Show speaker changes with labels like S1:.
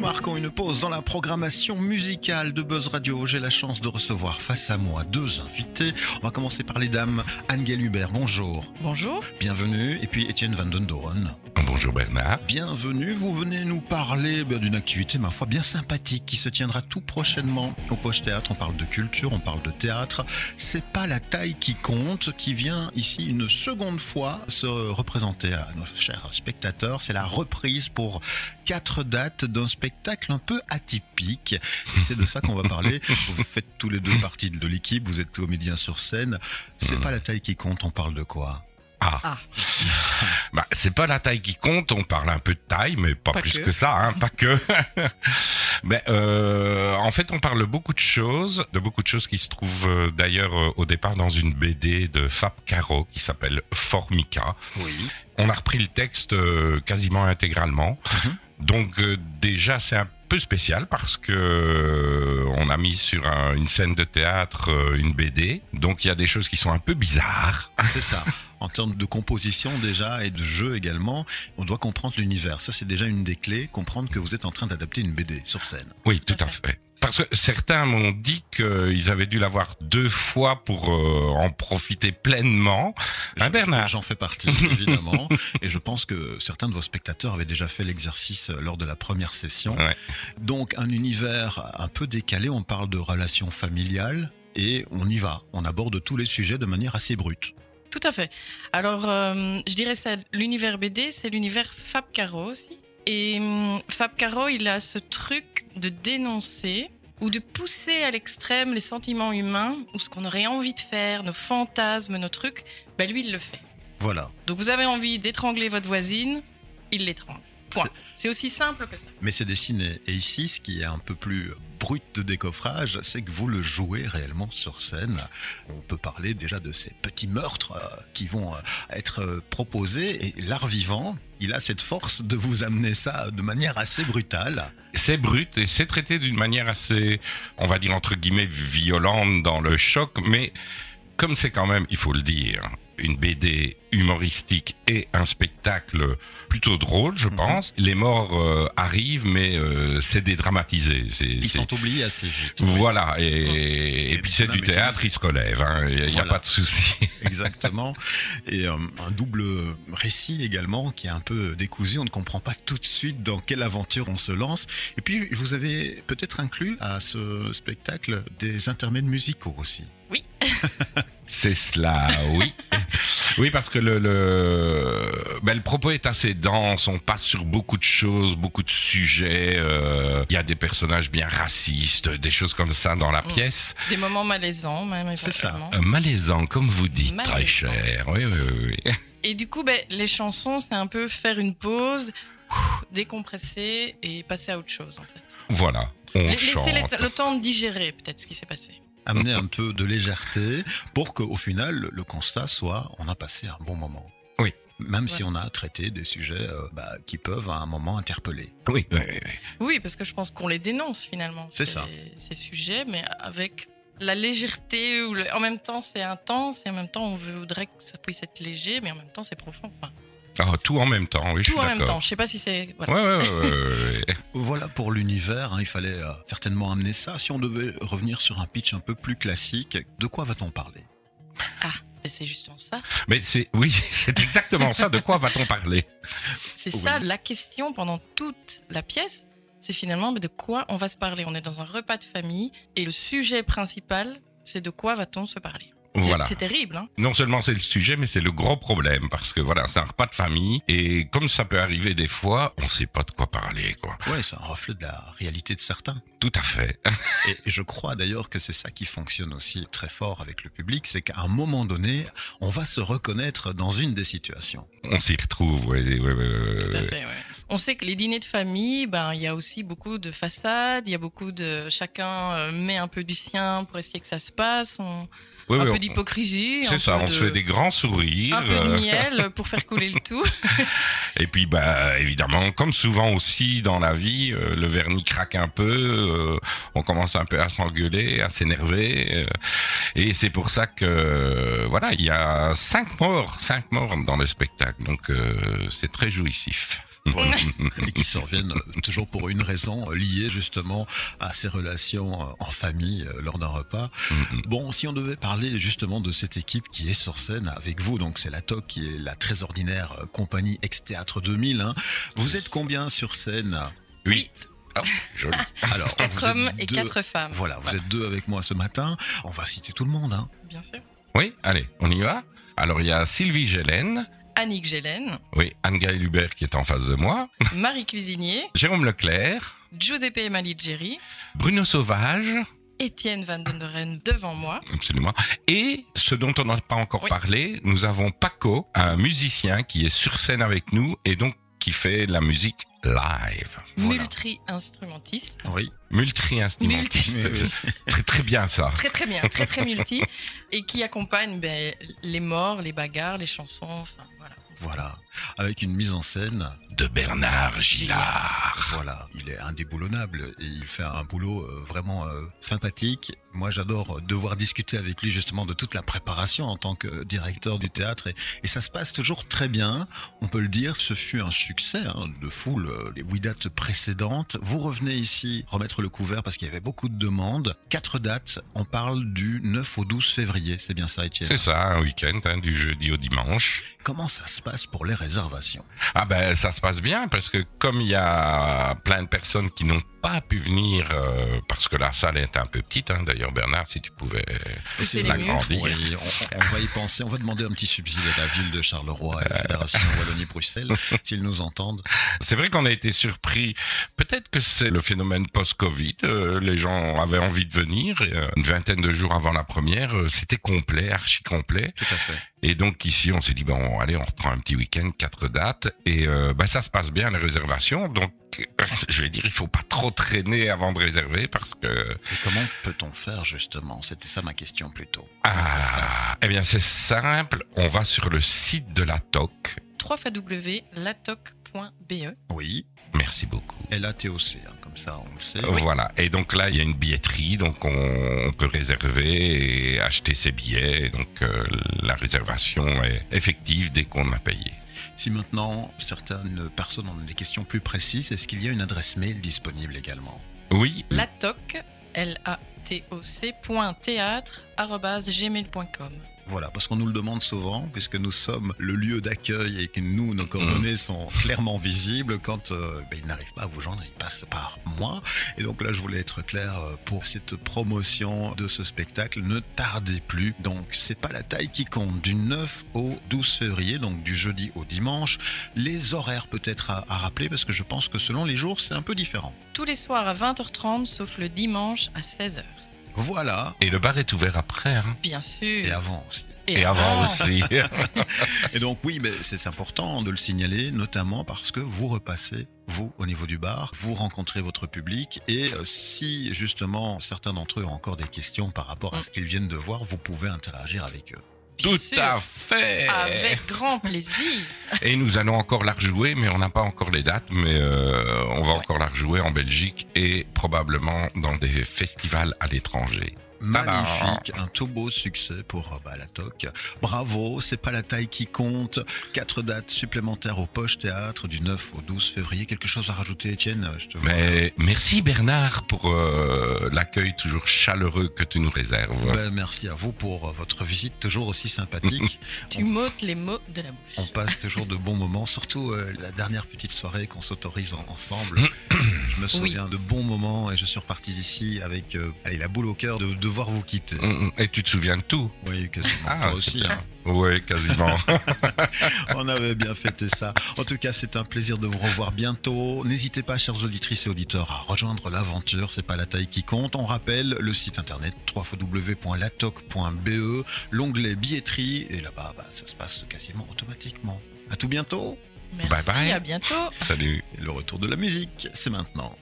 S1: marquons une pause dans la programmation musicale de Buzz Radio. J'ai la chance de recevoir face à moi deux invités. On va commencer par les dames. Anne-Gaëlle Hubert, bonjour.
S2: Bonjour.
S1: Bienvenue. Et puis Étienne Van Den Doren.
S3: Bonjour Bernard.
S1: Bienvenue, vous venez nous parler ben, d'une activité, ma foi, bien sympathique qui se tiendra tout prochainement au Poche Théâtre. On parle de culture, on parle de théâtre. C'est pas la taille qui compte, qui vient ici une seconde fois se représenter à nos chers spectateurs. C'est la reprise pour quatre dates d'un spectacle un peu atypique. Et c'est de ça qu'on va parler. Vous faites tous les deux partie de l'équipe, vous êtes comédiens sur scène. C'est pas la taille qui compte, on parle de quoi
S3: Ah.
S2: Ah.
S3: Bah, c'est pas la taille qui compte, on parle un peu de taille, mais pas,
S2: Pas
S3: plus
S2: que.
S3: que, ça, hein, pas que. mais euh, en fait, on parle beaucoup de choses, de beaucoup de choses qui se trouvent euh, d'ailleurs euh, au départ dans une BD de Fab Caro qui s'appelle Formica.
S1: Oui.
S3: On a repris le texte euh, quasiment intégralement.
S1: Mhm.
S3: Donc euh, déjà, c'est un peu spécial parce que euh, on a mis sur un- une scène de théâtre euh, une BD. Donc il y a des choses qui sont un peu bizarres.
S1: C'est ça. En termes de composition déjà et de jeu également, on doit comprendre l'univers. Ça, c'est déjà une des clés, comprendre que vous êtes en train d'adapter une BD sur scène.
S3: Oui, tout à fait. Parce que certains m'ont dit qu'ils avaient dû l'avoir deux fois pour euh, en profiter pleinement. Hein,
S1: Je-
S3: Bernard
S1: J'en fais partie, évidemment. et je pense que certains de vos spectateurs avaient déjà fait l'exercice euh, lors de la première session.
S3: Ouais.
S1: Donc, un univers un peu décalé, on parle de relations familiales. Et on y va, on aborde tous les sujets de manière assez brute.
S2: Tout à fait. Alors, euh, je dirais ça, l'univers BD, c'est l'univers Fab Caro aussi. Et hum, Fab Caro, il a ce truc de dénoncer ou de pousser à l'extrême les sentiments humains ou ce qu'on aurait envie de faire, nos fantasmes, nos trucs. Bah, lui, il le fait.
S1: Voilà.
S2: Donc, vous avez envie d'étrangler votre voisine, il l'étrangle. Point. C'est aussi simple que ça.
S1: Mais c'est dessiné. Et ici, ce qui est un peu plus brut de décoffrage, c'est que vous le jouez réellement sur scène. On peut parler déjà de ces petits meurtres euh, qui vont euh, être euh, proposés. Et l'art vivant, il a cette force de vous amener ça de manière assez brutale.
S3: C'est brut et c'est traité d'une manière assez, on va dire entre guillemets, violente dans le choc. Mais comme c'est quand même, il faut le dire, une BD humoristique et un spectacle plutôt drôle, je
S1: Mhm.
S3: pense, les morts euh, arrivent, mais euh, c'est dédramatisé. C'est-
S1: Ils
S3: c'est-
S1: sont Mhm. oubliés assez vite.
S3: Voilà, et, et
S1: Et
S3: puis c'est
S1: la
S3: du
S1: maîtrise.
S3: théâtre, ils se relèvent, hein, il n'y a
S1: Voilà.
S3: pas de souci.
S1: Exactement. Et euh, un double récit également qui est un peu décousu. On ne comprend pas tout de suite dans quelle aventure on se lance. Et puis, vous avez peut-être inclus à ce spectacle des intermèdes musicaux aussi.
S3: C'est cela, oui. oui, parce que le, le, ben, le propos est assez dense, on passe sur beaucoup de choses, beaucoup de sujets. euh, Il y a des personnages bien racistes, des choses comme ça dans la
S2: Mm.
S3: pièce.
S2: Des moments malaisants, même.
S1: C'est ça.
S2: éventuellement.
S3: Euh, malaisant, comme vous dites, très
S2: Malaisant.
S3: cher. Oui, oui, oui.
S2: Et du coup, ben, les chansons, c'est un peu faire une pause, ouf, décompresser et passer à autre chose, en fait.
S3: voilà, on
S2: La- Laisser
S3: chante.
S2: le, le temps de digérer, peut-être, ce qui s'est passé.
S1: Amener un peu de légèreté pour qu'au final, le- le constat soit on a passé un bon moment.
S3: Oui.
S1: Même si on a traité des sujets euh, bah, qui peuvent à un moment interpeller.
S3: Oui, oui, oui, oui.
S2: Oui, parce que je pense qu'on les dénonce finalement.
S1: C'est
S2: ces-
S1: ça.
S2: Ces sujets, mais avec la légèreté. Ou le- En même temps, c'est intense et en même temps, on voudrait que ça puisse être léger, mais en même temps, c'est profond. Enfin,
S3: Ah, tout en même temps, oui, je
S2: tout
S3: suis
S2: en même temps.
S3: d'accord.
S2: Je sais pas si c'est. voilà.
S3: Ouais, ouais, ouais, ouais, ouais.
S1: Voilà pour l'univers, hein, il fallait euh, certainement amener ça. Si on devait revenir sur un pitch un peu plus classique, de quoi va-t-on parler
S2: Et Ah, ben, C'est justement ça.
S3: Mais c'est, oui, c'est exactement ça. De quoi va-t-on parler
S2: C'est
S1: Oui.
S2: ça la question pendant toute la pièce. C'est finalement mais de quoi on va se parler. On est dans un repas de famille et le sujet principal, c'est de quoi va-t-on se parler. C'est-
S3: Voilà.
S2: C'est terrible. Hein
S3: non seulement c'est le sujet, mais c'est le gros problème parce que voilà, c'est un repas de famille et comme ça peut arriver des fois, on sait pas de quoi parler, quoi.
S1: Ouais, c'est un reflet de la réalité de certains.
S3: Tout à fait.
S1: Et je crois d'ailleurs que c'est ça qui fonctionne aussi très fort avec le public, c'est qu'à un moment donné, on va se reconnaître dans une des situations.
S3: On s'y retrouve. ouais, ouais, ouais, ouais,
S2: Tout à
S3: ouais.
S2: fait, ouais. On sait que les dîners de famille, ben, il y a aussi beaucoup de façades, il y a beaucoup de. Chacun euh, met un peu du sien pour essayer que ça se passe. on-
S3: Ouais,
S2: un
S3: ouais,
S2: peu
S3: on-
S2: d'hypocrisie. un
S3: C'est ça,
S2: peu
S3: on
S2: de-
S3: se fait des grands sourires.
S2: Un peu de
S3: euh,
S2: miel pour faire couler le tout.
S3: et puis, bah, évidemment, comme souvent aussi dans la vie, euh, le vernis craque un peu, euh, on commence un peu à s'engueuler, à s'énerver. euh, et c'est pour ça que, euh, voilà, il y a cinq morts, cinq morts dans le spectacle. Donc, euh, c'est très jouissif.
S1: Voilà. et qui surviennent euh, toujours pour une raison euh, liée justement à ces relations euh, en famille euh, lors d'un repas. Bon, si on devait parler justement de cette équipe qui est sur scène avec vous, donc c'est la TOC qui est la très ordinaire euh, compagnie Ex-Théâtre 2000. hein. Vous êtes combien sur scène
S3: Oui. Ah, joli.
S1: Alors,
S2: Quatre
S1: vous êtes
S2: hommes et
S1: deux-
S2: quatre femmes.
S1: Voilà, vous êtes deux avec moi ce matin. On va citer tout le monde. Hein.
S2: Bien sûr.
S3: Oui, allez, on y va. Alors, il y a Sylvie Gélène.
S2: Annick Gélène,
S3: Oui, Anne-Gaëlle Hubert qui est en face de moi.
S2: Marie Cuisinier,
S3: Jérôme Leclerc.
S2: Giuseppe Maligeri,
S3: Bruno Sauvage.
S2: Étienne Van Denderen devant moi.
S3: Absolument. Et ce dont on n'a pas encore
S2: Oui.
S3: parlé, nous avons Paco, un musicien qui est sur scène avec nous et donc qui fait la musique live. Voilà.
S2: Multi-instrumentiste.
S1: Oui.
S3: Multi-instrumentiste.
S1: Multi.
S3: très très bien ça.
S2: Très très bien, très très multi. Et qui accompagne ben, les morts, les bagarres, les chansons. Enfin, voilà.
S1: Voilà, avec une mise en scène.
S3: De Bernard Gillard.
S1: Voilà, il est indéboulonnable et il fait un boulot euh, vraiment euh, sympathique. Moi, j'adore euh, devoir discuter avec lui justement de toute la préparation en tant que euh, directeur du théâtre et, et ça se passe toujours très bien. On peut le dire, ce fut un succès hein, de foule euh, les huit dates précédentes. Vous revenez ici remettre le couvert parce qu'il y avait beaucoup de demandes. Quatre dates, on parle du 9 au 12 février, c'est bien ça, Étienne.
S3: C'est ça, un week-end hein, du jeudi au dimanche.
S1: Comment ça se passe pour les réservations
S3: Ah ben ça se passe bien parce que comme il y a plein de personnes qui n'ont pas pu venir euh, parce que la salle est un peu petite. hein. D'ailleurs Bernard, si tu pouvais.
S2: Pousser
S3: la
S2: les murs.
S3: grande. Grandi.
S1: Oui, on, on va y penser. On va demander un petit subside à la ville de Charleroi et à la Fédération Wallonie-Bruxelles s'ils nous entendent.
S3: C'est vrai qu'on a été surpris. Peut-être que c'est le phénomène post-Covid. euh, les gens avaient envie de venir. et, euh, une vingtaine de jours avant la première, euh, c'était complet, archi complet.
S1: Tout à fait.
S3: Et donc ici, on s'est dit bon, allez, on reprend un petit week-end, quatre dates, et euh, bah, ça se passe bien les réservations. Donc je vais dire, il faut pas trop traîner avant de réserver parce que
S1: Et comment peut-on faire justement C'était ça ma question plutôt. Comment ça se passe
S3: ah, eh bien c'est simple. On va sur le site de la TOC.
S2: 3 latoc.be.
S1: Oui,
S3: Merci beaucoup.
S1: LATOC, hein, comme ça on le sait.
S3: Voilà. Et donc là, il y a une billetterie, donc on, on peut réserver et acheter ses billets. Et donc euh, la réservation est effective dès qu'on a payé.
S1: Si maintenant certaines personnes ont des questions plus précises, est-ce qu'il y a une adresse mail disponible également
S3: Oui.
S2: Latoc, L-A-T-O-C, point théâtre, arrobase gmail.com.
S1: Voilà, parce qu'on nous le demande souvent, puisque nous sommes le lieu d'accueil et que nous, nos coordonnées sont clairement visibles. Quand euh, ben, ils n'arrivent pas à vous joindre, ils passent par moi. Et donc là, je voulais être clair euh, pour cette promotion de ce spectacle. Ne tardez plus. Donc, c'est pas la taille qui compte. Du 9 au 12 février, donc du jeudi au dimanche. Les horaires peut-être à, à rappeler, parce que je pense que selon les jours, c'est un peu différent.
S2: Tous les soirs à 20h30, sauf le dimanche à 16h.
S1: Voilà.
S3: Et le bar est ouvert après. hein.
S2: Bien
S1: Et
S2: sûr. Ah,
S1: avant aussi.
S3: Et avant aussi.
S1: Et donc oui, mais c'est important de le signaler, notamment parce que vous repassez, vous, au niveau du bar, vous rencontrez votre public, et euh, si justement certains d'entre eux ont encore des questions par rapport à
S2: Mm.
S1: ce qu'ils viennent de voir, vous pouvez interagir avec eux.
S2: Bien
S3: Tout
S2: sûr.
S3: à fait.
S2: Avec grand plaisir.
S3: Et nous allons encore la rejouer, mais on n'a pas encore les dates, mais euh, on va
S2: Ouais.
S3: encore la rejouer en Belgique et probablement dans des festivals à l'étranger. Tada.
S1: Magnifique, un tout beau succès pour euh, bah, la TOC. Bravo, c'est pas la taille qui compte. Quatre dates supplémentaires au Poche Théâtre du 9 au 12 février. Quelque chose à rajouter, Étienne Je te vois.
S3: Mais merci Bernard pour euh, l'accueil toujours chaleureux que tu nous réserves.
S1: Ben, merci à vous pour euh, votre visite toujours aussi sympathique.
S2: Tu m'ôtes les mots de la
S1: On
S2: bouche.
S1: passe toujours de bons moments, surtout euh, la dernière petite soirée qu'on s'autorise en- ensemble. Je me souviens de bons moments et je suis reparti d'ici avec euh, allez, la boule au cœur de devoir vous quitter.
S3: Mm, mm. Et tu te souviens de tout
S1: Oui, quasiment.
S3: Ah,
S1: Toi aussi.
S3: super.
S1: hein.
S3: Oui, quasiment.
S1: On avait bien fêté ça. En tout cas, c'est un plaisir de vous revoir bientôt. N'hésitez pas, chers auditrices et auditeurs, à rejoindre l'aventure. C'est pas la taille qui compte. On rappelle le site internet www.latoc.be, l'onglet billetterie. Et là-bas, bah, ça se passe quasiment automatiquement. À tout bientôt.
S2: Merci,
S3: Bye bye.
S2: à bientôt.
S3: Salut.
S1: Et le retour de la musique, c'est maintenant.